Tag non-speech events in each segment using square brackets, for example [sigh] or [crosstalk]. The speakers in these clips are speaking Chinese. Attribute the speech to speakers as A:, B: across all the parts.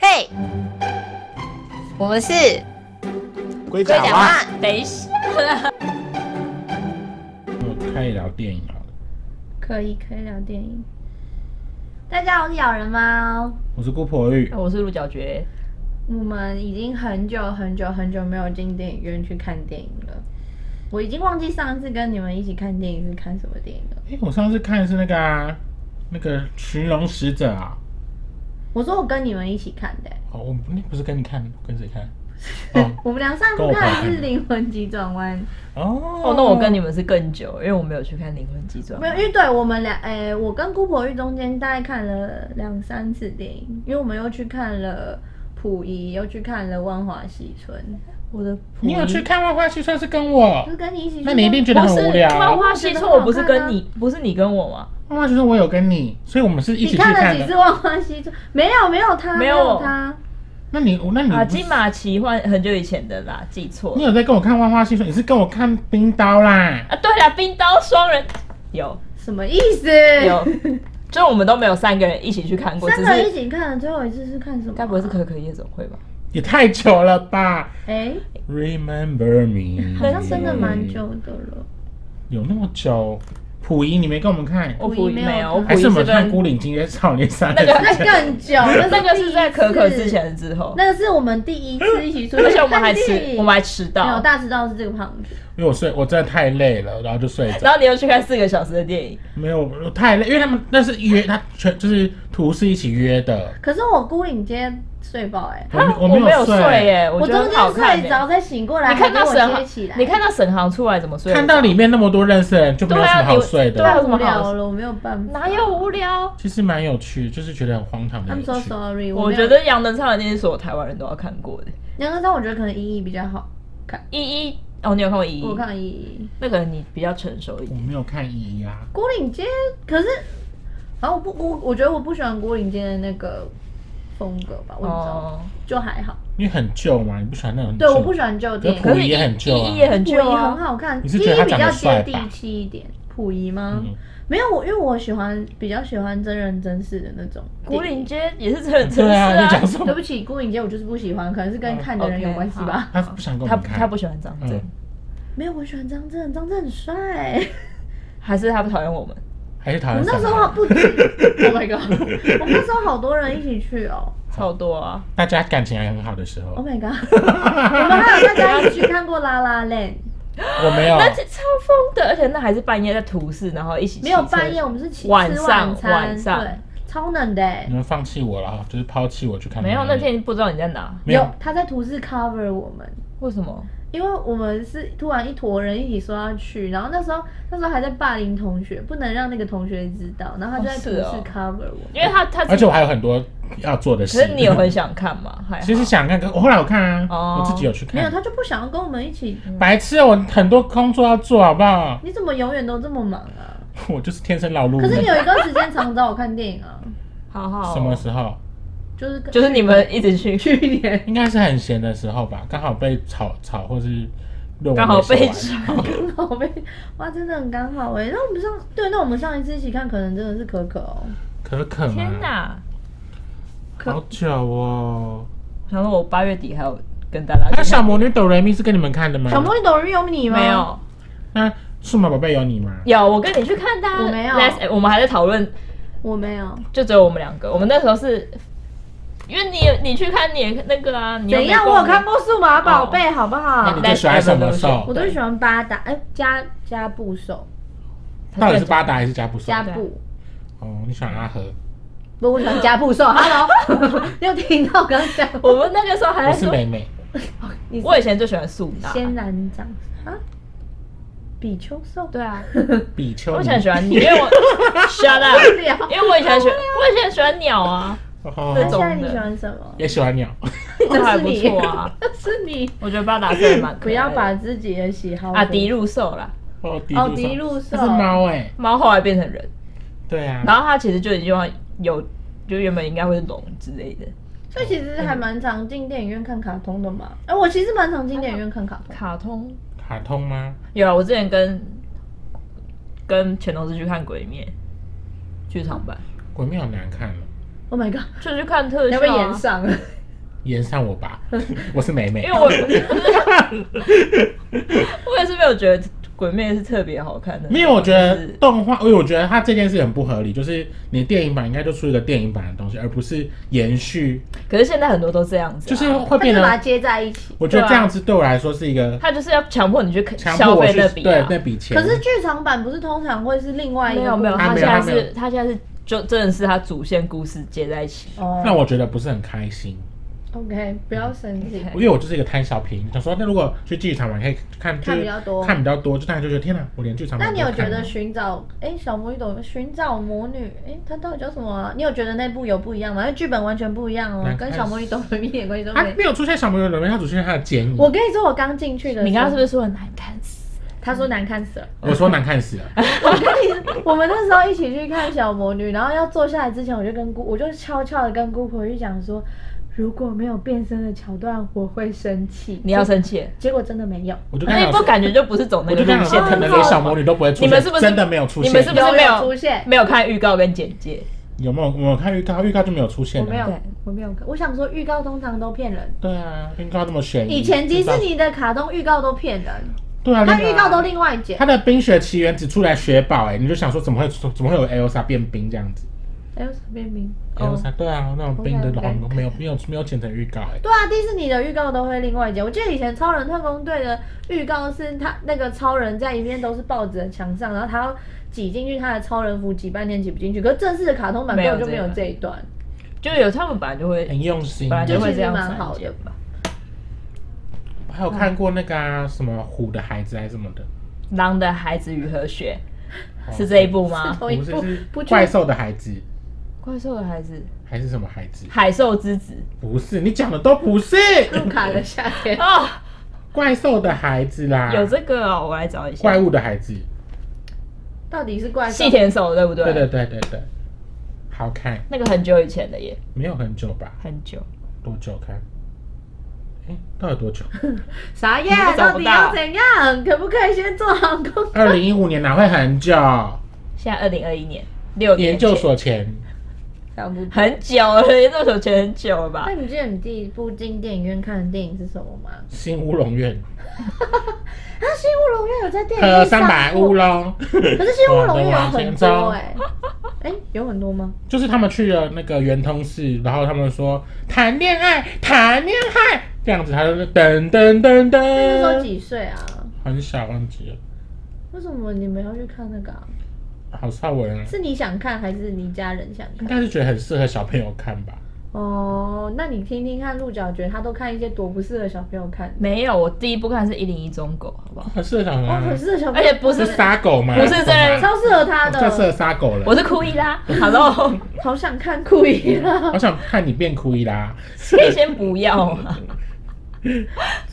A: 对，我们是
B: 龟
A: 龟
B: 甲
A: 甲
B: 蛙，
A: 蛙。
C: 等一下，
D: 我们开始聊电影好了。
C: 可以可以聊电影。大家好，我是咬人猫。
D: 我是郭婆玉，
E: 哦
C: 我是鹿角蕨。
E: 我们已经很久很久很久没有进电影院去看电影了，我已经忘记上次跟你们一起看电影是看什么电影了。
D: 哎、我上次看的是那个啊，那个《寻龙使者》啊。
E: 我说我跟你们一起看的欸、
D: 哦，我那不是跟你看，跟谁
E: [laughs]
D: 看？哦
E: 我们俩上
D: 跟
E: 次
D: 我
E: 看的
D: 朋友
E: 是《灵魂急转弯
D: 哦
C: 哦，那我跟你们是更久，因为我没有去看《灵魂急转》，
E: 没
C: 弯
E: 有，因为对我们俩，哎、我跟姑婆玉中间大概看了两三次电影，因为我们又去看了溥仪，又去看了万华西村，
C: 我的
D: 你有去看《万花西川》是跟我
E: 就，是跟你一起去看。
D: 那你一定觉得很
C: 不
D: 无
C: 是
D: 聊。
C: 漫
D: 《
C: 画西
E: 啊
C: 村，我不是跟你，不是你跟我吗？
D: 万花西川》我有跟你，所以我们是一起
E: 你
D: 去
E: 看了
D: 看
E: 几次
D: 的。
E: 万花西村？没有，没有他，
C: 没有
E: 有他。
D: 那你，那你不
C: 啊，
D: 是
C: 金马奇幻很久以前的啦，记错
D: 嗯你
C: 了。
D: 有在跟我看《万花西川》，你是跟我看《冰刀》啦。
C: 啊，对啦，冰刀双人有
E: 什么意思？ [laughs]
C: 有，就我们都没有三个人一起去看过，
E: 三
C: 只
E: 个人一
C: 是
E: 起看的最后一次是看什么啊、
C: 该不会是可可夜总会吧？
D: 也太久了吧
E: 哎、
D: ？Remember me，
E: 好像真的蛮久的
C: [laughs]
E: 了。
D: 有那么久？溥仪你没跟我们看，
C: 我
E: 溥仪
C: 溥仪
E: 没有
C: 没有，我溥
D: 还
C: 仪
D: 是我们看《
C: 跟
D: 孤岭惊约少年三》
C: 那个
E: 那更久，那
C: [laughs] 那个
E: 第一
C: 是
E: 次
C: 在可可之，前之后，
E: 那个是我们第一次一起出去看电影，
C: 而且我们还迟，我们还迟
E: 没有
C: 到，
E: 大迟到是这个胖子，
D: 因为我睡，我真的太累了，然后就睡着。
C: 然后你又去看四个小时的电影，
D: 没有，我太累，因为他们那是约，他全就是图是一起约的。
E: 可是我孤岭街睡爆哎、
D: 我没
C: 啊我
D: 没有
C: 有睡耶，我
E: 我
C: 觉得
E: 中
C: 很好
E: 间
C: 看
E: 睡
C: 耶。
E: 着再醒过来，
C: 你看到
E: 还
C: 沈
E: 给我接
C: 航
E: 起来，，
C: 你看到沈航出来怎么睡？
D: 看到里面那么多认识的人，就没有
C: 对啊
D: 什么好
C: 你
D: 睡的。
C: 对啊
E: 太无聊了，我没有办法。
C: 哪有无聊？
D: 其实蛮有趣，就是觉得很荒唐的有
E: ？I'm
D: 趣。
E: so sorry，
C: 我
E: 没有
C: 觉得杨德昌的电影所有台湾人都要看过的。
E: 杨哥章，我觉得可能一一比较好，
C: 一一哦，你有看过一
E: 我
C: 一？
E: 看一一。
C: 那个你比较成熟一
D: 我
C: 点。
D: 没有看啊姨呀、
E: 郭岭街，可是，然后我不，我我觉得我不喜欢郭岭街的那个风格吧，我也不知道，
C: 哦，
E: 就还好。
D: 因为很旧嘛，你不喜欢那种很旧
E: 对，我不喜欢旧电影，
D: 可溥
E: 溥
D: 是仪也很旧啊
C: 一一也很
E: 仪
C: 旧啊
E: 很。好看，
D: 你
E: 一
D: 是觉得他
E: 比
D: 长
E: 较
D: 得帅
E: 接
D: 吧
E: 地气一点。溥仪吗？
D: 嗯
E: 没有，我因为我喜欢比较喜欢真人真事的那种。
C: 古岭，街也是很真实
D: 对啊，你讲
E: [laughs]
D: 什
E: 对
D: 么
E: 不？起，郭岭街我就是不喜欢，可能是跟
D: 嗯
E: 看的人有
C: OK，
E: 关系
C: 好
E: 吧。
D: 他不想跟我
C: 他
D: 们看，
C: 他不喜欢张震
D: 嗯，
E: 没有，我喜欢张震，张震很帅。
C: 还是他不讨厌我们？
D: 还是讨
E: 我
D: 厌
E: 们
D: 上
E: 那
D: 海。
E: 时候好不止，Oh my god，我们那时候好多人一起去哦。
C: 超多啊！
D: 大家感情还很好的时候，
E: Oh my god！我们还有大家一起去看过《La La Land》， [laughs]
D: 我没有。
C: 那是超疯的，而且那还是半夜在图市，然后一起骑
E: 没有
C: 车
E: 半夜，我们是起吃
C: 晚上
E: 晚餐，
C: 晚上
E: 对，超冷的欸
D: 你。们放弃我了啊！就是抛弃我去看。
C: 没有那天不知道你在哪，
D: 没有
E: 他在图示 cover 我们，
C: 为什么？
E: 因为我们是突然一坨人一起说要去，然后那时候那时候还在霸凌同学，不能让那个同学知道，然后他就在
C: 哦
E: 图
C: 是哦
E: 示 cover 我们。
C: 因为他他
D: 而且我还有很多要做的
C: 可
D: 事。
C: 是你有很想看吗？还好
D: [laughs] 其实想看，可我后来我看啊，
C: 哦
D: 我自己有去看。
E: [laughs] 没有，他就不想要跟我们一起。
D: 白痴，啊我很多工作要做，好不好？ [laughs]
E: 你怎么永远都这么忙啊？
D: 我就是天生劳碌
E: [laughs] 可
D: 命。
E: 是你有一段时间常找我看电影啊，
C: 好好哦
D: 什么时候？
E: 就是跟
C: 就是你们一直去
D: [laughs]
C: 去
E: 去年
D: 应该是很闲的时候吧，刚好被炒炒，或是论文
C: 刚好被
D: 没写完
C: 抓
E: 刚好被 [laughs] 哇，真的很刚好哎、那我们上对，那我们上一次一起看，可能真的是可可哦。
C: 嗯
D: 可可吗啊
C: 天，哪！
D: 好久哦。
C: 我想说我八月底还有跟大家去
D: 那小魔女哆瑞咪是跟你们看的吗？
E: 小魔女懂人有你吗？
C: 没，有
D: 那数码宝贝有你吗？
C: 有，我跟你去看的啊。
E: 我没有
C: Last- 我们还在讨论，
E: 我没有。
C: 就只有我们两个。我们那时候是，因为你也你去看你也那个啊，你又
E: 怎
C: 没
E: 样？
C: 逛哦
E: 我有看过数码宝贝，好不
D: 那
E: 好
D: 你？
C: 那
D: 最喜欢什么
E: 我
D: 兽？
E: 都喜欢八达，哎、加加布手，
D: 到底是巴达还是加布兽？
E: 加布。
D: 哦，你喜欢阿和？
E: 不，我喜欢加布
C: [laughs]
E: 兽。Hello，又 [laughs] 听到刚刚
C: 我们那个时候还
D: 我
C: 在
D: 是
C: 说，
D: 美美。
E: 你
C: 我以前最喜欢素娜。
E: 仙人掌啊，比丘兽。
C: 对啊，
D: 比丘尼，
C: 我以前很喜欢你，因为我 shut
E: [laughs]
C: up，[laughs]
E: 不了
C: 因为我以前喜欢，我以前喜欢鸟啊，
D: 哦
C: 那
E: 现
C: 种
E: 在你喜欢什么？
D: 也喜欢鸟。
C: 那还
E: 是
C: 不
E: 你
C: 错啊。
E: 是你
C: 我觉得巴达是也蛮可爱的
E: 不要把自己的喜好
C: 啊迪路兽啦，
D: 哦，迪
E: 哦
D: 路
E: 迪路
D: 这
E: 兽
D: 是猫哎。
C: 猫后来变成人，
D: 对啊，
C: 然后它其实就已经有有，就原本应该会是龙之类的
E: 所以其实还蛮常进电影院看卡通的嘛。哎、我其实蛮常进电影院看卡通。
C: 卡通。
D: 卡通吗？
C: 有啊，我之前跟跟前同事去看《鬼灭》剧场版，
D: 鬼灭好难看哦。
E: Oh my god！
C: 就去看特
E: 你
C: 效、啊
E: 要被演上了。
D: 延上我
E: [laughs]
D: 吧，我是梅梅
C: 因为。我 [laughs] 我也是没有觉得《鬼灭》是特别好看的，
D: [laughs] 没有，我觉得
C: 是
D: 动画，因为我觉得它这件事很不合理，就是你电影版应该就出一个电影版的东西，而不是延续，
C: 可是现在很多都这样子啊、
D: 就是会
E: 他
D: 变
E: 就把它
D: 得。
E: 接在一起。
D: 我觉得
C: 对啊
D: 这样子对我来说是一个
C: 他就是要强迫你去
D: 强迫
C: 消
D: 我
C: 费
D: 去
C: 那笔、
D: 对
C: 啊，
D: 那笔钱。
E: 可是剧场版不是通常会是另外一个
C: 没有没有，
E: 故事
D: 他
C: 他
D: 没
C: 现
D: 有
C: 在
D: 他没有
C: 是他现在是就真的是他主线故事接在一起，
E: 哦
D: 让我觉得不是很开心，
E: OK，不要生气。
D: 因为我就是一个贪小便宜，想说那如果去剧场玩可以看，就是
E: 看比较多
D: 看比较多，就大家就觉得天哪，我连剧场版
E: 那你有
D: 都看
E: 觉得
D: 了
E: 寻找哎、诶小魔女懂寻找魔女哎、诶它到底叫什么啊、你有觉得那部有不一样吗？因为剧本完全不一样哦
D: 难，看
E: 跟小魔女斗人一点关系都
D: 啊
E: 没有。
D: 没有出现小朋友里面，他只出现他的剪影。
E: 我跟你说，我刚进去的时候，
C: 你刚刚是不是说很难看死？
E: 他说难看死了？
D: 我说难看
C: [laughs]
D: 死了，
E: 我跟你， [laughs] 我们那时候一起去看小魔女，然后要坐下来之前，我就跟姑，我就悄悄的跟姑婆去讲说，如果没有变身的桥段，我会生气。
C: 你要生气，
E: 结果真的没有。
D: 我就刚
C: [laughs] 那一
D: 想
C: 部
D: 说，
C: 感觉就哎不是走那
D: 我
C: 个
D: 就刚
C: 路
D: 想说，
C: 线
E: 哦
D: 可能
C: 的
E: 真的
D: 连
E: 哦
D: 小魔女都不会出现，
C: 你们是不是
D: 真的没有出现？
C: 你们是不是没
E: 有有出现
C: 没有看预告跟简介？
D: 有没有？我有看预告，预告就没有出
E: 我
D: 现、啊。
E: 没有
C: 对，
E: 我没有看。我想说，预告通常都骗人。
D: 对啊，预告那么悬疑。
E: 以前迪
D: 知道
E: 士尼的卡通预告都骗人，
D: 对啊，
E: 它
D: 那个啊
E: 预告都另外剪。
D: 他的《冰雪奇缘》只出来雪宝，哎，你就想说怎么会怎么会有 Elsa 变冰这样子
E: 哎，有什么变冰？哦，
D: ？Elsa 对啊，那种冰的
E: OK，OK
D: 老没
C: 啊
D: 有没有没有剪成预告哎。
E: 对啊，迪士尼的预告都会另外剪。我记得以前超人特工队的预告是他那个超人在一面都是报纸的墙上，然后他要挤进去他的超人服，挤半天挤不进去。可是正式的卡通版根本就没有这一段。
C: 就有他们本来就会
D: 很用心，
C: 本来就会这样子
E: 就其实蛮好的
C: 吧？
D: 我还有看过那个、啊、什么虎的孩子还是什么的，
C: 《狼的孩子与和谐》是这一部吗？
E: [laughs] 同一
D: 哦不
E: 部
D: 是
E: 不
D: 是
E: 确
D: 怪兽的孩子
C: 怪兽的孩子，
D: 还是什么孩子？
C: 海兽之子
D: 不是，你讲的都不
C: [laughs]
D: 是
E: 路卡的夏天，
C: 哦，
D: 怪兽的孩子啦，
C: 有这个哦，我来找一下。
D: 啊怪物的孩子，
E: 到底是怪兽
C: [laughs] 细？田守对不
D: 对
C: 对？
D: 对对对对，好看，
C: 那个很久以前的耶，
D: 没有很久吧？
C: 很久。
D: 多久看？哎、到底多
C: [laughs]
D: 久？
E: 啥耶
C: 你都？找
E: 到
C: 不
E: 底
C: 到啊
E: 要怎样？可不可以先做好功课？
D: 二零一五年哪会很久？
C: 现在二零二一年六年
D: 研究所前，
E: 差不多
C: 前很久了，研究所前很久了吧
E: 那？你记得你第一部进电影院看的电影是什么吗？
D: 新乌龙院
E: 啊，《新乌龙院》有在电影
D: 和
E: 院
D: 三百乌
E: 了。
D: 龙， [laughs]
E: 可是《新乌龙院》有很多哎、 [laughs] 哎、有很多吗？
D: 就是他们去了那个圆通寺，然后他们说谈恋爱，谈恋爱这样子，他就是噔噔噔
E: 那时候
D: 噔，
E: 几岁啊？
D: 很小忘记了，
E: 为什么你们要去看那个、啊？
D: 郝邵文啊，
E: 是你想看还是你家人想
D: 应
E: 看？
D: 该是觉得很适合小朋友看吧。
E: 哦，那你听听看鹿角蕨，他都看一些多不适合小朋友看的。
C: 没有，我第一部看是一零一忠狗，好不好？
D: 很适合小朋友
E: 哦，
D: 看，
E: 很适合小朋
C: 而
E: 友，
C: 且不是
D: 是杀狗吗？
C: 不是真人
E: 超适合他
D: 太适合
E: 的，
D: 杀狗
C: 我
D: 了。
C: 是库伊
D: [laughs]
C: 拉啊，Hello，
E: 好想看啊库伊拉。
D: 我想看你变哭一啦，
C: 可以先不要啊
D: [laughs]
C: 吗？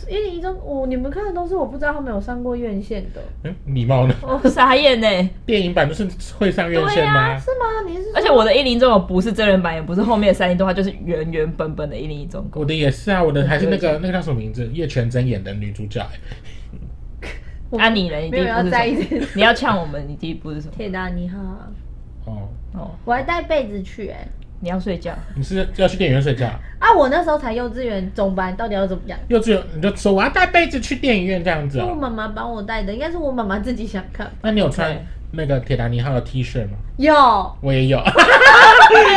E: 一零一中，哦，你们看的都是我不知道他们有上过院线的，
D: 嗯，礼貌呢？
C: 我傻眼呢、
D: 电影版就是会上院线吗？
E: 是吗？你是说
C: 而且我的一零一忠狗不是真人版，也不是后面的三零动画，就是原原本本的一零一忠狗。
D: 我的也是啊，我的还是那个那个叫什么名字？叶全真演的女主角、欸，
E: 我
C: 啊，你呢？你
E: 没
C: 第一
E: 有
C: 部
E: 要
C: 是
E: 在意
C: 什
E: 这
C: 么
E: 个？
C: [laughs] 你要呛我们，你第一部是什么？
E: 铁达尼号啊，
D: 哦，
C: 哦，
E: 我还带被子去哎、
C: 你要睡觉。
D: 你是要去电影院睡觉？
E: 啊，我那时候才幼稚园中班，到底要怎么样？
D: 幼稚园你就说我要带被子去电影院这样子
E: 是我
D: 哦、
E: 妈妈帮我带的，应该是我妈妈自己想看。
D: 那你有穿
C: 对
D: 那个铁达尼号的 T 恤吗？
E: 有，
D: 我也有，
C: 还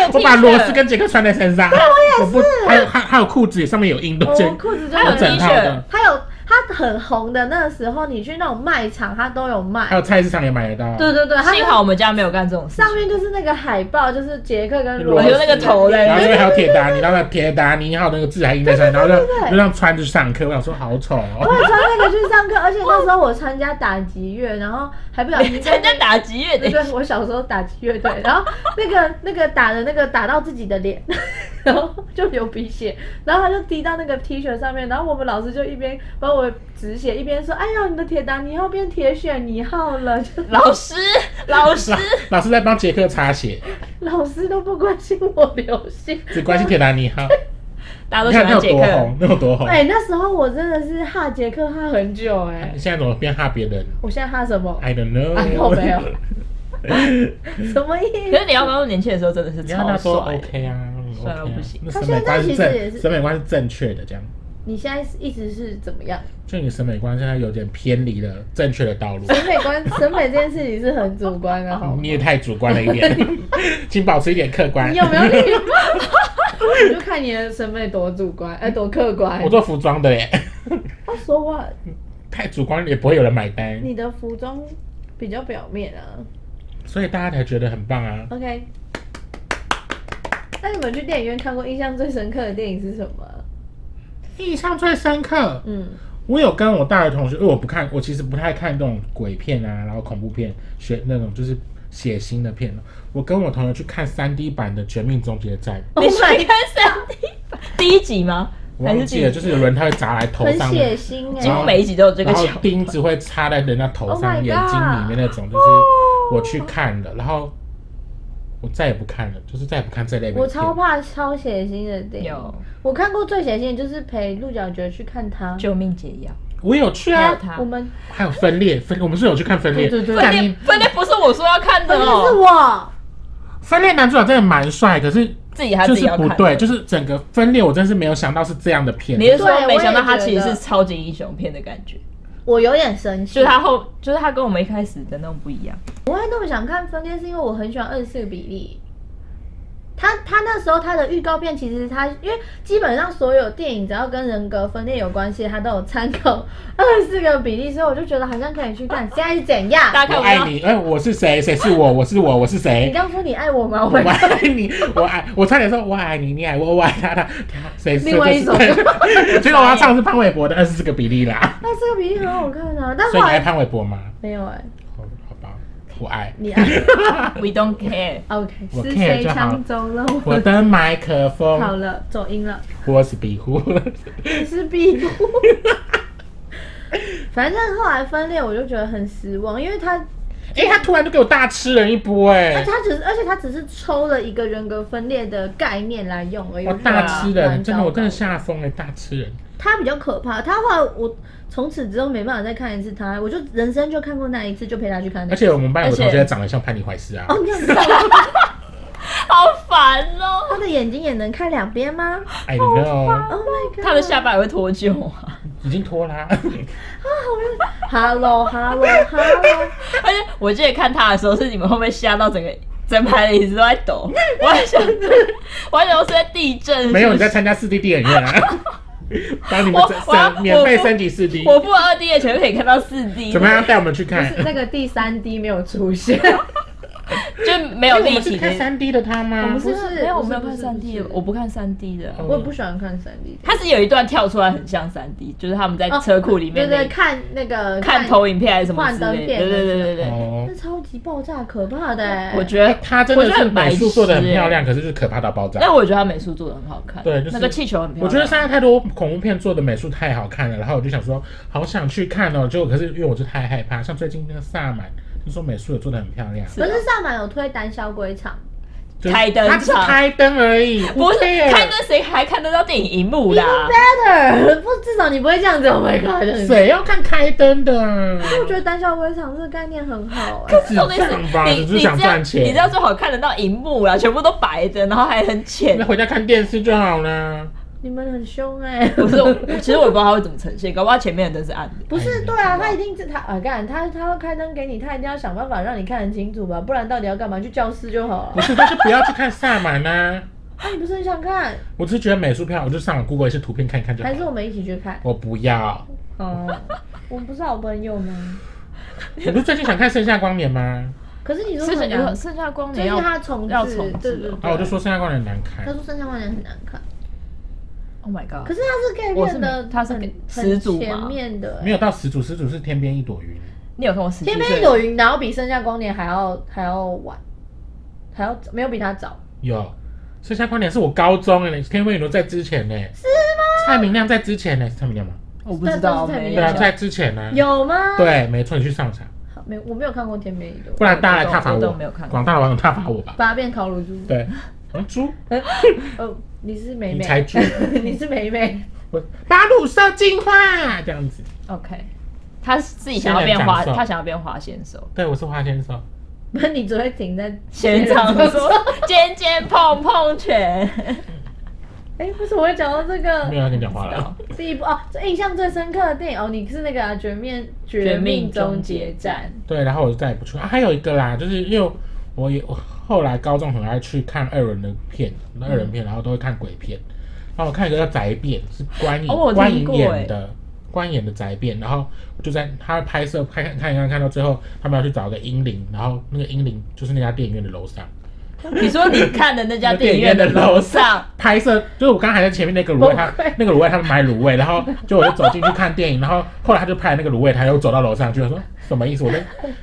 C: 有 T 恤
D: 我把螺丝跟杰克穿在身上。我也是。不，还有还还有裤子也上面有印都
E: 我
D: 见，
E: 哦裤子就
C: 还
E: 有
C: 有
D: 我
C: T
D: 整套
C: 恤
D: 的，，
E: 它有它很红的那个时候，你去那种卖场，它都有卖。
D: 还有菜市场也买得到。
E: 对对对，它
C: 幸好我们家没有干这种事
E: 上
C: 情。
E: 面就是那个海报，就是杰克跟
D: 我
E: 罗，
D: 觉得那
C: 个头嘞
D: 然后因为还有铁达尼，然后那铁达尼号那个字还印在上面，然后就就这样穿着上课。我想说好丑
E: 我
D: 哦，
E: 也穿那个去上课，而且那时候我参加打击乐，然后还不小
C: 你
E: 心
C: 参加。打击乐
E: 对
C: 队，
E: 对，我小时候打击乐队，然后那个那个打的那个打到自己的脸，然后就流鼻血，然后他就滴到那个 T 恤上面，然后我们老师就一边帮我止血，一边说：“哎呦，你的铁达尼号变铁血尼号了。就
C: 老师，老师
D: 老， [laughs] 老师在帮杰克擦鞋，”
E: 老师都不关心我流血。
D: 只关心铁达
E: [laughs]
D: 尼号。
C: 大家都
D: 你
C: 喜
D: 看那
C: 欢
D: 有
C: 杰
D: 多
C: 克。
D: 红，那有多红。
E: 哎、那时候我真的是哈杰克哈很久哎、
D: 你现在怎么变哈别人
E: 我现在哈什么？
D: ？I don't know。
E: 哎靠北哦什么意思？
C: 可是你要刚刚年轻的时候真的是
D: [laughs] 你要他
C: 超
D: 说
C: 帅的，
D: OK 啊，嗯 OK
C: 虽然
D: 啊
C: 我不行
D: 那
E: 他
D: 审美
E: 现在
D: 观
E: 其
D: 是
E: 实也
D: 正，
E: 是
D: 审美观是正确的，这样，
E: 你现在一直是怎么样？
D: 就你审美观现在有点偏离了正确的道路，
E: 审美观，审美这件事情是很主观的， [laughs] 好吗？
D: 你也太主观了一
E: [laughs]
D: 点，请保持一点客观
E: 你。有没有礼貌？我 [laughs] 就看你的审美多主观，哎、多客观
D: [laughs] 我。做服装的耶， [laughs]
E: 他说话，
D: 太主观了也不会有人买单，
E: 哦你的服装比较表面啊。
D: 所以大家才觉得很棒啊。
E: OK，那你们去电影院看过印象最深刻的电影是什么啊？
D: 印象最深刻，
E: 嗯，
D: 我有跟我大学同学，因为我不看，我其实不太看这种鬼片啊，然后恐怖片，学那种就是血腥的片。我跟我同学去看3 D 版的《绝命终结战》，
C: 你去
E: Oh my
C: 看三 D 版第一集吗？
D: 我
C: 还是
D: 忘
C: 第
D: 记了，
C: 一
D: 就
C: 集？
D: 是有人他会砸来头
E: 很
D: 上
E: 血
D: 面，
E: 腥哎、
C: 几乎每一集都有这个
D: 然后
C: 桥。
D: 钉子会插在人家头
E: Oh my
D: 上、
E: god
D: 眼睛里面那种，就是我去看了，然后我再也不看了，就是再也不看这类的
E: 我
D: 片
E: 超怕超血腥的电影
C: 有。
E: 我看过最血腥的就是陪鹿角蕨去看他。
C: 救命解药，
D: 我有去
C: 还有
D: 啊，
C: 他
E: 我。们
D: 还有分裂分，我们是有去看分裂，
E: 对对对
D: 但
C: 分裂分裂不是我说要看的
E: 真的是
C: 哦，
E: 我，
D: 分裂男主角真的蛮帅，可是
C: 自己还
D: 就
C: 自己
D: 是
C: 要
D: 不
C: 看。
D: 对，就是整个分裂，我真是没有想到是这样的片。
C: 你是说
E: 对我
C: 没
E: 也
C: 想到他其实
E: 觉
C: 是
E: 得
C: 超级英雄片的感觉，
E: 我有点生气。
C: 就是他后就是他跟我们一开始的那种不一样。
E: 我会那么想看分裂，是因为我很喜欢二十四比例。他他那时候他的预告片其实他因为基本上所有电影只要跟人格分裂有关系，他都有参考二十四个比例，所以我就觉得好像可以去
D: [laughs]
E: 看。现在是怎样？
C: 大家
D: 我
C: 看
D: 爱
C: 不到，
D: 你，哎、我是谁？谁是我？我是我，我是
E: 你
D: 谁？
E: 刚说你爱我吗？我
D: 我爱你，我爱，我差点说我爱你，你爱我，我爱他，他他谁？
E: 另外一首
D: 谁就是结果我要唱的是潘玮柏的《二十四个比例》啦。
E: [laughs] 二十四个比例很好看啊，但
D: 所以
E: 后
D: 你爱
E: 来
D: 潘玮柏吗？
E: 没有哎、
D: 好好吧，我爱。
E: 你
D: [laughs]
E: 爱啊
C: We don't care。
E: OK
D: 我
E: 是
D: care
E: 谁
D: 就好
E: 抢走了
D: 我
E: 我？
D: 的麦
E: [laughs]
D: 克
E: 好
D: 风，
E: 了，走音
D: [laughs]
E: 了。
D: 我是壁虎。
E: 你是壁虎。反正后来分裂，我就觉得很失望，因为他
D: 哎、他突然就给我大吃人一波、
E: 那
D: 哎，
E: 他只是，而且他只是抽了一个人格分裂的概念来用而已。
D: 我
E: 我觉得
D: 哦大吃人，
E: 蛮
D: 真的，我
E: 糟糕
D: 真的吓疯了，大吃人。
E: 他比较可怕。他后来我从此之后没办法再看一次他，我就人生就看过那一次，就陪他去看那
D: 而
E: 一次。
D: 且我们班有个同
C: 而且
D: 学长得像潘妮怀斯啊。
E: 哦，你有知道
C: 好烦哦！
E: 他的眼睛也能看两边
D: [laughs]
E: 吗
D: I know，
E: ？Oh my god！
C: 他的下巴也会脱臼啊！
D: 已经脱啦。
E: Hello Hello Hello，
C: 而且我记得看他的时候，是你们会不会吓到整个整排的椅子都在抖？我还想说，我还想说是在地震是不是
D: [laughs] 没有，你在参加四 D 电影院啊？帮你们
C: 我
D: 升
C: 我要
D: 升免费
C: 我
D: 升级四 D，
C: 我付二 D 的钱可以看到四 D，
D: 怎么样带我们去看？
E: 是那个第三 D 没有出
D: [laughs]
E: 现。
C: 就没有
D: 哎我
C: 立
D: 们是
C: 体
D: 看
C: 的。
D: 三 D 的他吗？
E: 我们
C: 不
E: 是
C: 是没有，我没有
E: 不
C: 看
E: 是
C: 三 D
E: 不，
C: 的
E: 是
C: 我不看三 D 的。
E: 我也不喜欢看三 D 的。
C: 它是有一段跳出来很像三 D，就是他们在 [laughs] 车库里面
E: 哦对对，
C: 那
E: 看那个
C: 看投影片还是什么之
E: 幻
C: 类
E: 灯
C: 的。
E: 片
C: 对对对对对，
D: 哦
E: 那，超级爆炸可怕的欸。
C: 我觉得
D: 他真的
C: 我觉得
D: 是
C: 很白
D: 美术做的很
C: 痴
D: 漂
C: 欸
D: 亮，可是是可怕到爆炸。
C: 但我觉得他美术做的很好看，
D: 对就是
C: 那个气球很漂亮。
D: 我觉得现在太多恐怖片做的美术太好看了，然后我就想说，好想去看哦。结果可是因为我就太害怕，像最近那个萨满，听说美术也做的很漂亮，
C: 啊
E: 可是上满有推单销归场，
D: 就是
C: 开灯
D: 它只是
C: 场
D: 开灯而已，
C: 不是
D: 对
C: 看那谁还看得到电影荧幕啦？
E: better，不至少你不会这样子。Oh my god！真的是
D: 谁要看开灯的啊？
E: 我觉得单销归场这个概念很好哎、
D: 智
C: 重点
D: 障吧，
C: 是你
D: 只是
C: 你
D: 想
C: 这样
D: 赚钱。
C: 你这样最好看得到荧幕啦，全部都白的，然后还很浅
D: 那。回家看电视就好啦。
E: 你们很凶哎、
C: 不是，我其实我也不知道它会怎么呈现，搞不好前面的灯是暗的。
E: 不
D: 哎
E: 是，对啊，他一定是他啊，干他他会开灯给你，他一定要想办法让你看很清楚吧，不然到底要干嘛？去教室就好
D: 不
E: 了。
D: 是，但是不要去看萨满啊。
E: 啊，你不是很想看？
D: 我只是觉得美术漂亮，我就上网 Google 一些图片看一看就好
E: 还。是我们一起去
D: [laughs]
E: 看？
D: 我不要，
E: 哦，我们不是好朋友吗？
D: 你不是最近想看《盛夏光年》
C: [laughs]
D: 吗？
E: 可是你说
C: 剩
E: 很
C: 下
E: 难，
C: 剩下光
E: 就
C: 年
E: 是
C: 要
E: 他重置，
C: 要重置
E: 对对
C: 哦
E: 对。
D: 啊，我就啊说《盛夏光年》难看
E: 他。说《生肖万年》很难看，
C: ，Oh my god！
E: 可是他是 gay
C: 我是
E: 片的
C: 没
E: 很，
C: 他是
E: 很
C: gay- 始祖嘛
E: 前面的、欸，
D: 没有到始祖，始祖是天边一朵云。
C: 你有看过十七
E: 天边
C: 岁？
E: 有云，然后比盛夏光年还要还要晚，还要没有比他早。
D: 有，盛夏光年是我高中哎，天边一朵在之前呢。是吗？蔡明亮在之前呢，欸是蔡明亮吗？
C: 我不知道，
E: 但但是太
D: 对
C: 没有啊
D: 啊，
E: 明。
D: 在之前呢。。
E: 有吗？
D: 对，没错，你去上查，
E: 好，没有我没有看过天边一朵
D: 不然大家来挞伐
C: 我都
D: 我
C: 没有看，过
D: 广大的网友挞伐我吧。
E: 八变烤乳猪。
D: 对，嗯猪，
E: 哦，你是美
D: 你
E: 美，
D: 才猪，
E: [laughs] 你是美美，
D: 我把乳兽进化这样子。
C: OK，他自己想要变
D: 仙
C: 花，
D: 人掌兽
C: 他想要变花仙手。
D: 对，我是花先生。
E: 不是你只会停在
C: 现场说
E: [laughs]
C: 尖尖碰碰拳，
E: 哎，为什么会讲到这
C: 嗯
E: 个？
D: 没有要跟你讲话了。
E: 第一部哦，这印象最深刻的电影哦，你是那个、啊《绝面绝
C: 绝
E: 命
C: 命
E: 终
C: 终
E: 结
C: 结
E: 战
C: 战》
D: 对，然后我就再也不去啊。还有一个啦，就是因为我也我后来高中很爱去看二人的片，二人片，
C: 嗯
D: 然后都会看鬼片。然后我看一个叫《宅变》，是关颖、
C: 哦我有
D: 关
C: 听
D: 颖
C: 过
D: 演
C: 欸
D: 的，关演的《宅变》，然后我就在他拍摄拍看看一看看到最后，他们要去找一个英灵，然后那个英灵就是那家电影院的楼上
C: 你说你看的那家电影院的楼上，
D: 拍摄，就是我刚才在前面那个卤味，他
E: 崩溃
D: 那个卤味他们买卤味，然后就我就走进去看电影，然后后来他就拍那个卤味，他又走到楼上去，我说什么意思？我说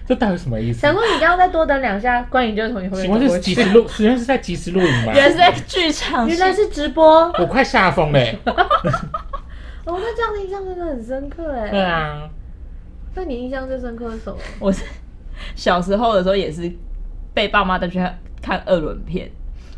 D: 这到底什么意思？ [laughs]
E: 想说你刚刚再多等两下，关颖就从你后面
D: 请
E: 走
D: 问
E: 过
D: 是即
E: 去。
D: 时录？原来是在即时录影吗？
C: 原来是在剧场，
E: 原来是直播，
D: 我快吓疯了欸。
E: 哦，那这样的印象真的很深刻哎。
D: [laughs] 对。啊，
E: 那你印象最深刻是什么？
C: 我是小时候的时候也是被爸妈带去看看二轮片，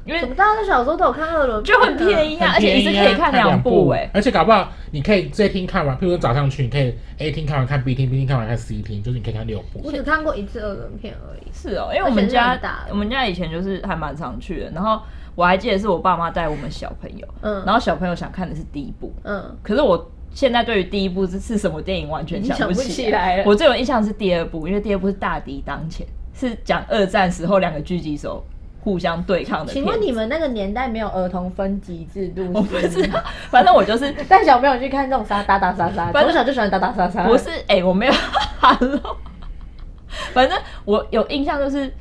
C: 因
E: [laughs] 怎么
C: 为
E: 大家都小时候都有看二轮、
C: 就很便
E: 宜。
C: 宜啊，而
D: 很
C: 且
D: 便
C: 一
D: 宜啊
C: 次可以看两部哎、
D: 而且搞不好你可以这厅看完，譬如说早上去，你可以 A 厅看完看 B 厅，B 厅看完看 C 厅，就是你可以看六部
E: 我。只看过一次二轮片而已。
C: 是哦，因为我们
E: 而且
C: 家
E: 量大
C: 我们家以前就是还蛮常去的，然后我还记得是我爸妈带我们小朋友，
E: 嗯，
C: 然后小朋友想看的是第一部，
E: 嗯，
C: 可是我现在对于第一部是是什么电影完全想
E: 已经想不起
C: 起
E: 来了
C: 我最有印象是第二部，因为第二部是大敌当前，是讲二战时候两个狙击手互相对抗的片
E: 请
C: 子。
E: 问你们那个年代没有儿童分级制度？
C: [laughs] 我不知道，反正我就是
E: [laughs] 带小朋友去看这种杀打打杀杀，
C: 反正
E: 从小就喜欢打打杀杀。
C: 不是，哎、我没有 [laughs] ，hello。反正我有印象，就是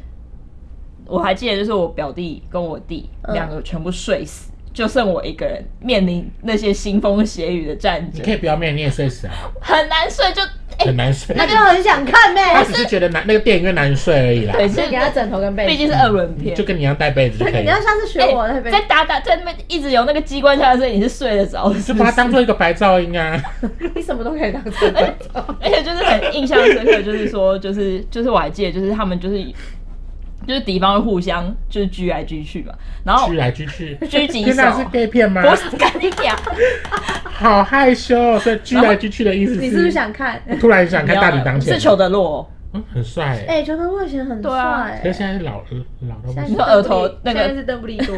C: 我还记得，就是我表弟跟我弟
E: 嗯
C: 两、个全部睡死，就剩我一个人面临那些腥风血雨的战
D: 你
C: 争
D: 可，以不要面，你也睡死啊，
C: 很难睡就。哎、
D: 很难睡。
E: 那就很想看
D: 他
E: 呗。
D: 只是觉得难，那个电影院难睡而已啦。
C: 对，是
E: 先给他枕头跟被子。[laughs]
C: 毕竟是二轮片，
D: 就跟你一样带被子就可以
E: 你要
D: 了，
E: 下次学
C: 哎
E: 我的呗。
C: 在打打在那边一直有那个机关枪的声音，你是睡得着的，
D: 就把它当做一个白噪音啊。
E: 你什么都可以当成本。
C: 而且就是很印象深刻，就是说， [laughs] 就是就是我还记得，就是他们就是就是敌方会互相就是狙来狙去嘛，然后
D: 狙来狙去，
C: 狙击
D: 天
C: 手
D: 哪，是 gay 片吗？
C: 不是跟你讲，
D: 好害羞哦，所以狙来狙去的意思
E: 你是不是想
C: [laughs]
E: 看？
D: 突然想看大理当前？
C: 是裘德洛，
D: 嗯，很帅欸。
E: 哎，裘德洛以前很帅
C: 对啊
E: 哎，
D: 可是现在是老老到不
E: 现在
D: 行
E: 是
C: 你说额头
E: 邓布利
C: 那个
E: 现在是邓布利
C: [laughs]
E: 多。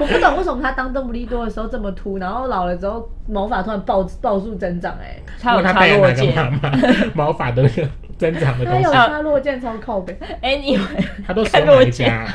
E: 我不懂为什么他当邓布利多的时候这么秃，然后老了之后毛发突然暴暴速增长哎，
C: 他有
D: 问他
C: 插
D: 戴了
C: 落
D: 哪个妈
C: 剑。
D: 妈毛发的那个增长的
E: 他
D: 东
E: 有
D: 西，
E: 杀落剑超靠背，
C: Anyway，
D: 他都手哪一家？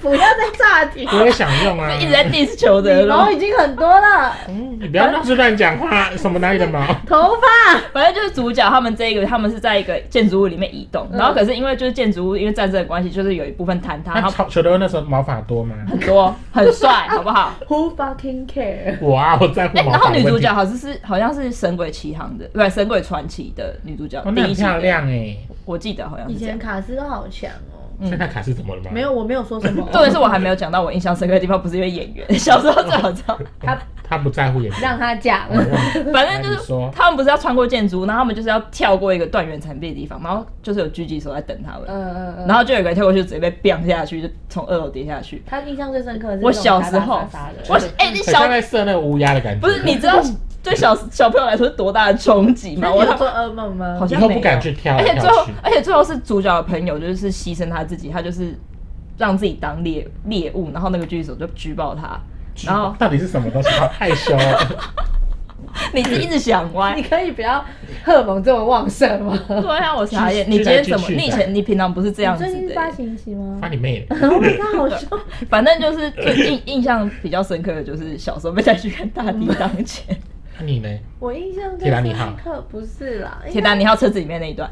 E: 不要再炸题。
D: 我也想用啊
C: 就！一直在 diss 裘德
E: 你毛
C: 洛，
E: 已经很多了，
D: 嗯，你不要是乱讲话，什么哪里的毛？
E: 头发
C: 反正就是主角他们这一个，他们是在一个建筑物里面移动，
E: 嗯
C: 然后可是因为就是建筑物因为战争的关系，就是有一部分坍塌，然
D: 他
C: 后
D: 球球的那时候毛发多吗？
C: 很多很帅，好不好？
E: ，Who fucking care？
D: 我啊，我在乎
C: 哎、
D: 毛
C: 然后
D: 发
C: 女
D: 问
C: 主
D: 题
C: 角。好像是好像是《神鬼奇航》的，不是《神鬼传奇》的女主角，
D: 哦，
C: 第
D: 那
C: 一
D: 很
C: 集的
D: 漂，亮哎！
C: 我记得好像
E: 以
C: 是这
E: 前
C: 样。
E: 卡斯都好强哦。
D: 现在卡是怎么了吗？
E: 没有，，我没有说什
C: [laughs]
E: 么。哦
C: 重点是我还没有讲到我印象深刻的地方，不是因为演员， [laughs] 小时候最好知
D: [laughs]
C: 道。
E: 他
D: 他不在乎也。
E: 让他讲。
C: 反正就
D: 你
C: 是
D: 说
C: 他们不是要穿过建筑，然后他们就是要跳过一个断垣残壁的地方，然后就是有狙击手在等他们，
E: 嗯嗯嗯。
C: 然后就有一个人跳过去直接被 biang 下去，就从二楼跌下去。
E: 他印象最深刻的是
C: 我小时候
E: 那种打打杀杀的，
C: 我哎、你
D: 很
C: 小
D: 像在嗯射那个乌鸦的感觉。
C: 不是你知道对小小朋友来说是多大的冲击
E: 那
C: 吗？
E: 你
C: 我
E: 有
C: 他
E: 做噩梦吗
C: 好？
D: 以
C: 像
D: 后
C: 没
D: 不
C: 有
D: 敢去跳
C: 而
D: 来
C: 且最
D: 跳
C: 后
D: 哦去，。
C: 而且最后是主角的朋友，就是牺牲他自己，他就是让自己当猎猎物，然后那个狙击手就举报他。 [laughs] 然后
D: 到底是什么东西？好害羞哦。
C: [laughs] 你是一直想歪
D: [laughs]
E: 你，可以不要荷尔蒙这么旺盛吗？
C: 对啊，我傻眼。
D: 狙
C: 你今天
D: 狙来
C: 怎
D: 狙
C: 么？
D: 去的
C: 你以前你平常不是这样子
E: 最近
C: 的
E: 是发
C: 耶？
E: 情期吗
D: 发你妹的！
E: ？Oh my god，好凶！
C: 反正就是最 [laughs] 印印象比较深刻的就是小时候被带去看《大敌当 [laughs] 前》
D: 那你呢？
E: 我印象最
D: 铁达尼
E: 深
D: 号
E: 刻不是啦，
C: 铁达尼号车子里面那一段，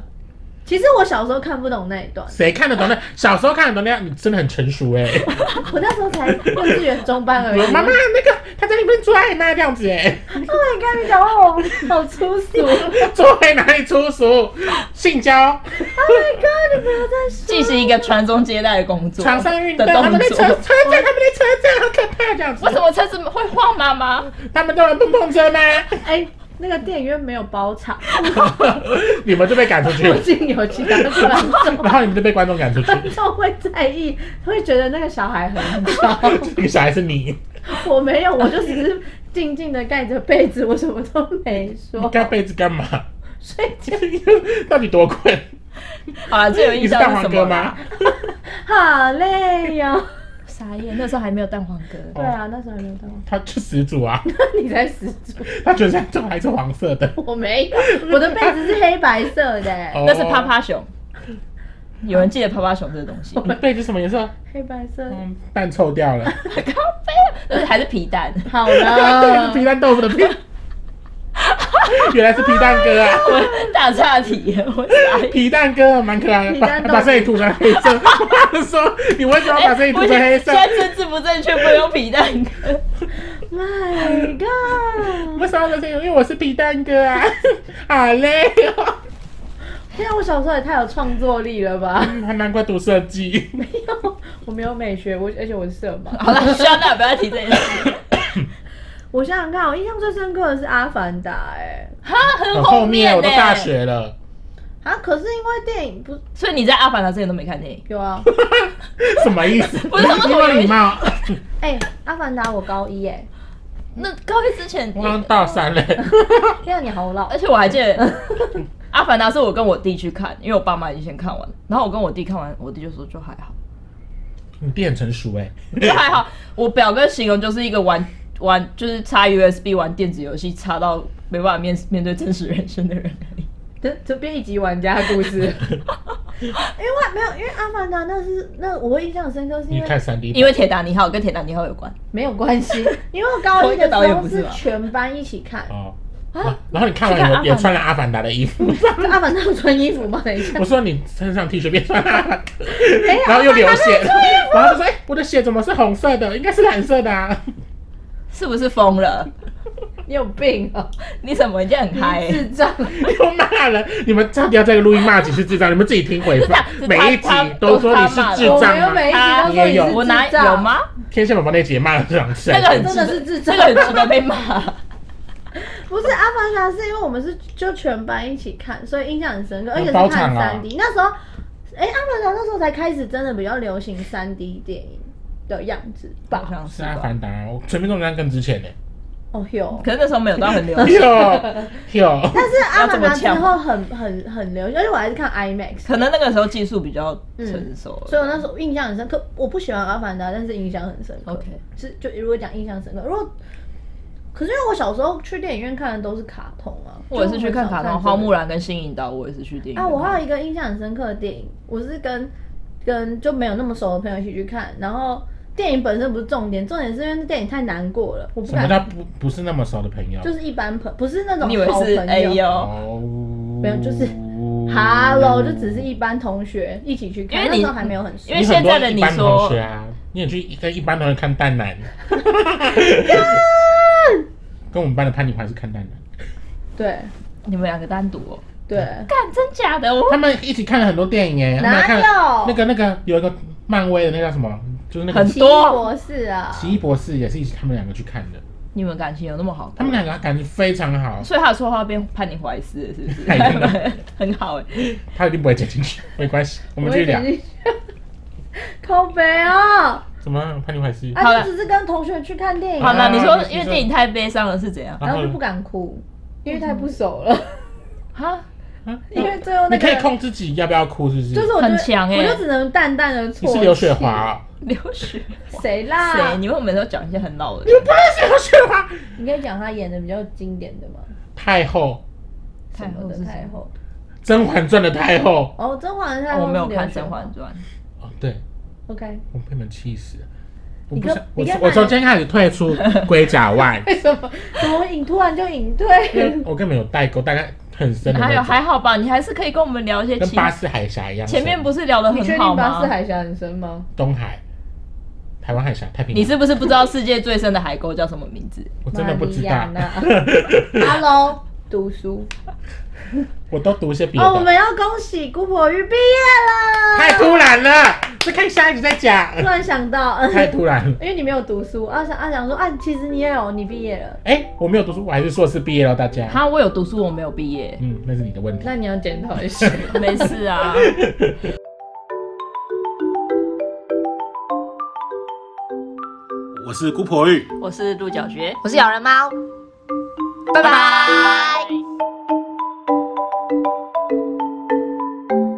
E: 其实我小时候看不懂那一
C: [laughs]
E: 段，
D: 谁看得懂那？小时候看得懂那样，你真的很成熟哎。
E: 我那时候才幼稚园中班而已。[laughs]
D: 妈妈，那个他在那边做爱呢，这样子哎，
E: ，Oh my god，你讲话好好粗
C: [laughs]
E: 俗。Oh my
D: 做爱哪里粗俗？性交，
E: god，你不要再
C: 既是一个传宗接代的工作，
D: 床上运动，
C: 的
D: 他
C: 动
D: 们在车
C: 作。
D: 车站，他们在车站，好可怕这样
C: 为什
D: 子。
C: 么车子会晃妈妈？
D: 他们都有碰碰
C: [laughs]
D: 车吗？
E: 哎、那个电影院没有包场，
D: 你们就被赶出
C: [laughs]
D: 去
E: 附，近有其他
C: 啊
E: 观众，
D: [laughs] 然后你们就被观众赶出去。
E: 观众会在意，会觉得那个小孩很吵。
D: 这个小孩是你，
E: 我没有，我就只是静静的盖着被子，我什么都没
D: 你
E: 说。
D: 盖被子干嘛？
E: 睡觉，
D: [laughs] 到底多困？
C: 好了，最有
D: 你
C: 印
D: 是
C: 象
D: 蛋
C: 是什
D: 黄
C: 么
D: 哥
C: 啦？
D: 吗？
E: 好累哟、
C: 哦傻眼，那时候还没有蛋黄哥。
E: 对啊，那时候还没有到，
D: 他就始祖
C: [laughs]
D: 啊，
E: [laughs] 你才十足，
D: 他觉得像这还是黄色的。
E: 我没有，我的被子是黑白色的、
D: 哦
C: 那是趴趴熊。有人记得趴趴熊这个东西？
D: 你被子什么颜色？
E: 黑白色。
D: 嗯，蛋臭
C: [laughs]
D: 掉了，
C: 而且还是皮蛋。 [laughs]
E: 好
D: 这是
C: 啊
E: [laughs] 了，
D: [laughs] 皮蛋豆腐的皮。原来是皮蛋哥啊！
C: [laughs] 我大岔题了，我傻眼。
D: 皮蛋哥蛮可爱的，
E: 皮
D: 把
E: 蛋豆腐
D: 把自己涂成黑色。我说你为什么要把自己涂
C: 不
D: 成
C: 行
D: 黑色
C: 现？在政治不正确，不用
D: [laughs]
C: 皮蛋哥。
E: My God！
D: 为什么要把自己？因为我是皮蛋哥啊！ [laughs] 好嘞、 [laughs] 哦，
E: 天啊，我小时候也太有创作力了吧！
D: 还难怪读设计。
E: 我没有美学，我而且我是色盲。
C: 好了，希望大家不要提这件事。
E: 我想想看，我印象最深刻的是《阿凡达》哎
C: 哈，很
D: 很
C: 后
D: 哦后面我
C: 呢
D: 都大，学了，
E: 啊！可是因为电影不
C: 所以你在《阿凡达》之前都没看电影。
E: 有 [laughs] 啊，
D: 什么意思？
C: [laughs] 不是
D: 你没有礼貌。
E: 哎、阿凡达》我高一哎、
C: 那高一之前，
D: 我刚到三嘞，
E: 天啊，你好老
C: 而！且我还记
D: [laughs]
C: 得《阿凡达》是我跟我弟去看，因为我爸妈已经先看完了，然后我跟我弟看完，我弟就说就还好，
D: 你变成熟哎、
C: 就还好。我表哥形容就是一个玩玩就是插 USB 玩电子游戏插到没办法面面对真实人生的人而已。
E: 这这边一集玩家的故 [laughs] 事，因为没有，因为《阿凡达》那是那我会印象深刻是
D: 你
E: 因
D: 看
E: 为
D: 三 D，
C: 因为《铁达尼号》跟《铁达尼号》有关，
E: 没有关 [laughs] 系，因为我高一的
C: 同一个导
E: 时
C: 演
E: 候
C: 不是
E: 是
C: 吧
E: 全班一起看。
D: 哦。然后你看完以
C: 去看阿
D: 后
C: 凡
D: 也穿了阿凡达的衣服，
E: 这阿凡达有穿衣服吗？等一下，
D: 我说你身上 T 恤变穿了阿凡达，然后又流血，然后就说：“哎，我的血怎么是红色的？应该是蓝色的啊 [laughs]
C: 是不是疯了？
E: [laughs] 你有病啊！
C: 你怎么你这样很嗨、
E: 你智 [laughs] 障！！”
D: 又骂了，你们到底要这个录音骂几次智障？你们自己听回放，
C: 是他
D: 每一集都说你是智
E: 我
D: 障
E: 没有
D: 吗？
E: 每一集都说
D: 也
E: 你
D: 有
E: 是
C: 我
E: 智
C: 哪
E: 障
C: 有？吗？
D: 天线宝宝那集也骂了两次，
C: 那个很值
E: 真
C: 得
E: 的是智障
C: 这个很值得被骂。
E: 不是阿凡达，是因为我们是就全班一起看，所以印象很深刻，而且是
D: 包
E: 看
D: 场啊
E: 三 D、那时候，哎、阿凡达那时候才开始真的比较流行三 D 电影的样子
C: 好
E: 吧？
C: 像
D: 是
C: 是
D: 阿
C: 吧。
D: 凡达，哦我全面中间更值钱呢。
E: 哦哟。
C: 可是那时候没有到很流
D: [laughs]
C: 行，
D: 有有，
E: 但是阿凡达之
C: 要这么
E: 后很很很流行，而且我还是看 IMAX，
C: 可能那个时候技术比较成熟了。
E: 所以我那时候印象很深刻。我不喜欢阿凡达，但是印象很深刻。
C: OK
E: 是就如果讲印象深刻，如果可是因为我小时候去电影院看的都是卡通啊，
C: 我也是去看卡通《花木
E: 兰。
C: 兰》跟《新引导》，我也是去电影院
E: 啊，
C: 看。
E: 我还有一个印象很深刻的电影，我是跟跟就没有那么熟的朋友一起去看，然后电影本身不是重点，重点是因为电影太难过了，我不
D: 什么
E: 敢，
D: 叫不不是那么熟的朋友？
E: 就是一般朋，不是那种
C: 你以为
E: 好朋
C: 是
E: 友
C: 哎呦？
D: 哦，
E: 没有就是，Hello，就只是一般同学一起去看，
C: 因为你
E: 那时候还没有很熟
C: 因。为现在的
D: 你
C: 你
D: 很多一般同
C: 说
D: 学啊，你也去跟一般同学看
E: [laughs]
D: 蛋男，跟我们班的潘妮还是看蛋男，
E: 对
C: 你们两个单独哦，
E: 对，
C: 干真假的我
D: 他们一起看了很多电影哎，他们还看
E: 哪有
D: 那个那个有一个漫威的那叫什么，就是那个
C: 很
E: 奇异
C: 多
E: 博士啊，
D: 奇异博士也是一起他们两个去看的，
C: 你们感情有那么好？
D: 他们两个感情非常好，
C: 所以他的绰号变潘尼怀斯了，是不是
D: 太硬了？
C: [laughs] 很好哎、
D: 他一定不会剪进去， [laughs] 没关系，我们继续聊
E: 我。已经 [laughs] 靠北啊，
D: 什么潘妮怀斯？
C: 好
E: 啊，
C: 了
E: 就只是跟同学去看电影
C: 好
E: 啊，
C: 啦，
D: 啊
C: 你说
D: 你是
C: 因为
D: 说
C: 电影太悲伤了是怎样？
E: 然后
D: 然
E: 就
D: 后
E: 不敢哭，因为太不熟了，
C: 嗯哈，
D: 啊
E: 因为最后那
D: 你可以
E: 个。
D: 控制自己要不要哭，是不是？
E: 就是我觉得
C: 很强欸
E: 我就只能淡淡的
D: 你
E: 错。
D: 是刘雪华、啊，
C: 流血
E: 谁啦？
C: 哦谁？啊你为什么每次都讲一些很老的人？
D: 不是刘雪华，
E: 你可以讲他演的比较经典的吗？
D: 太后，
C: 太
E: 什
C: 后
E: 么
C: 是
E: 的
C: 谁
E: 太？后。
D: 《甄嬛传》的太后。
E: 哦，甄嬛的太
C: 哦
E: 后、
C: 我没有看《甄嬛。传
D: 哦，对，
E: OK，
D: 我被你们气死了。我
E: 你
D: 不
E: 跟
D: 是，我
E: 你跟
D: 我
E: 哪
D: 从今天开始退出龟甲
C: [laughs]
D: 外，
E: 为什么怎么隐突然就隐
D: 因为
E: 退？
D: 我根本有代沟，大概很》，深的
C: 还
D: 那
C: 有
D: 种，
C: 还好吧？你还是可以跟我们聊一些
D: 跟
C: 情
D: 巴士海峡一样深。
C: 前面不是聊的
E: 你确
C: 很好
E: 定巴
C: 吗
E: 士？海峡很深
C: [laughs]
E: 吗？
D: 东海、台湾海峡、太平洋，
C: 你是不是不知道世界最深的海沟叫什么名字？
D: 我真的不知
E: 马里，
D: 道
E: 亚纳 Hello，读书。
D: [laughs] 我都读一些别
C: Oh
E: 哦，我
D: 的。
E: 们要恭喜姑婆玉毕业了。
D: 太突然了，这可以下一集再讲。
E: 突然想到，嗯
D: 太突然了。
E: 因为你没有读书，阿想阿想说，啊，其实你也有，你毕业了，
D: 哎、我没有读书，我还是硕士毕业了，大家。
C: 哈，我有读书，我没有毕业，
D: 嗯，那是你的问题。
E: 那你要检讨一下。
C: 没事啊。
B: 我是姑婆玉。
C: [laughs] 我是鹿角蕨。
A: 我是咬人猫，拜拜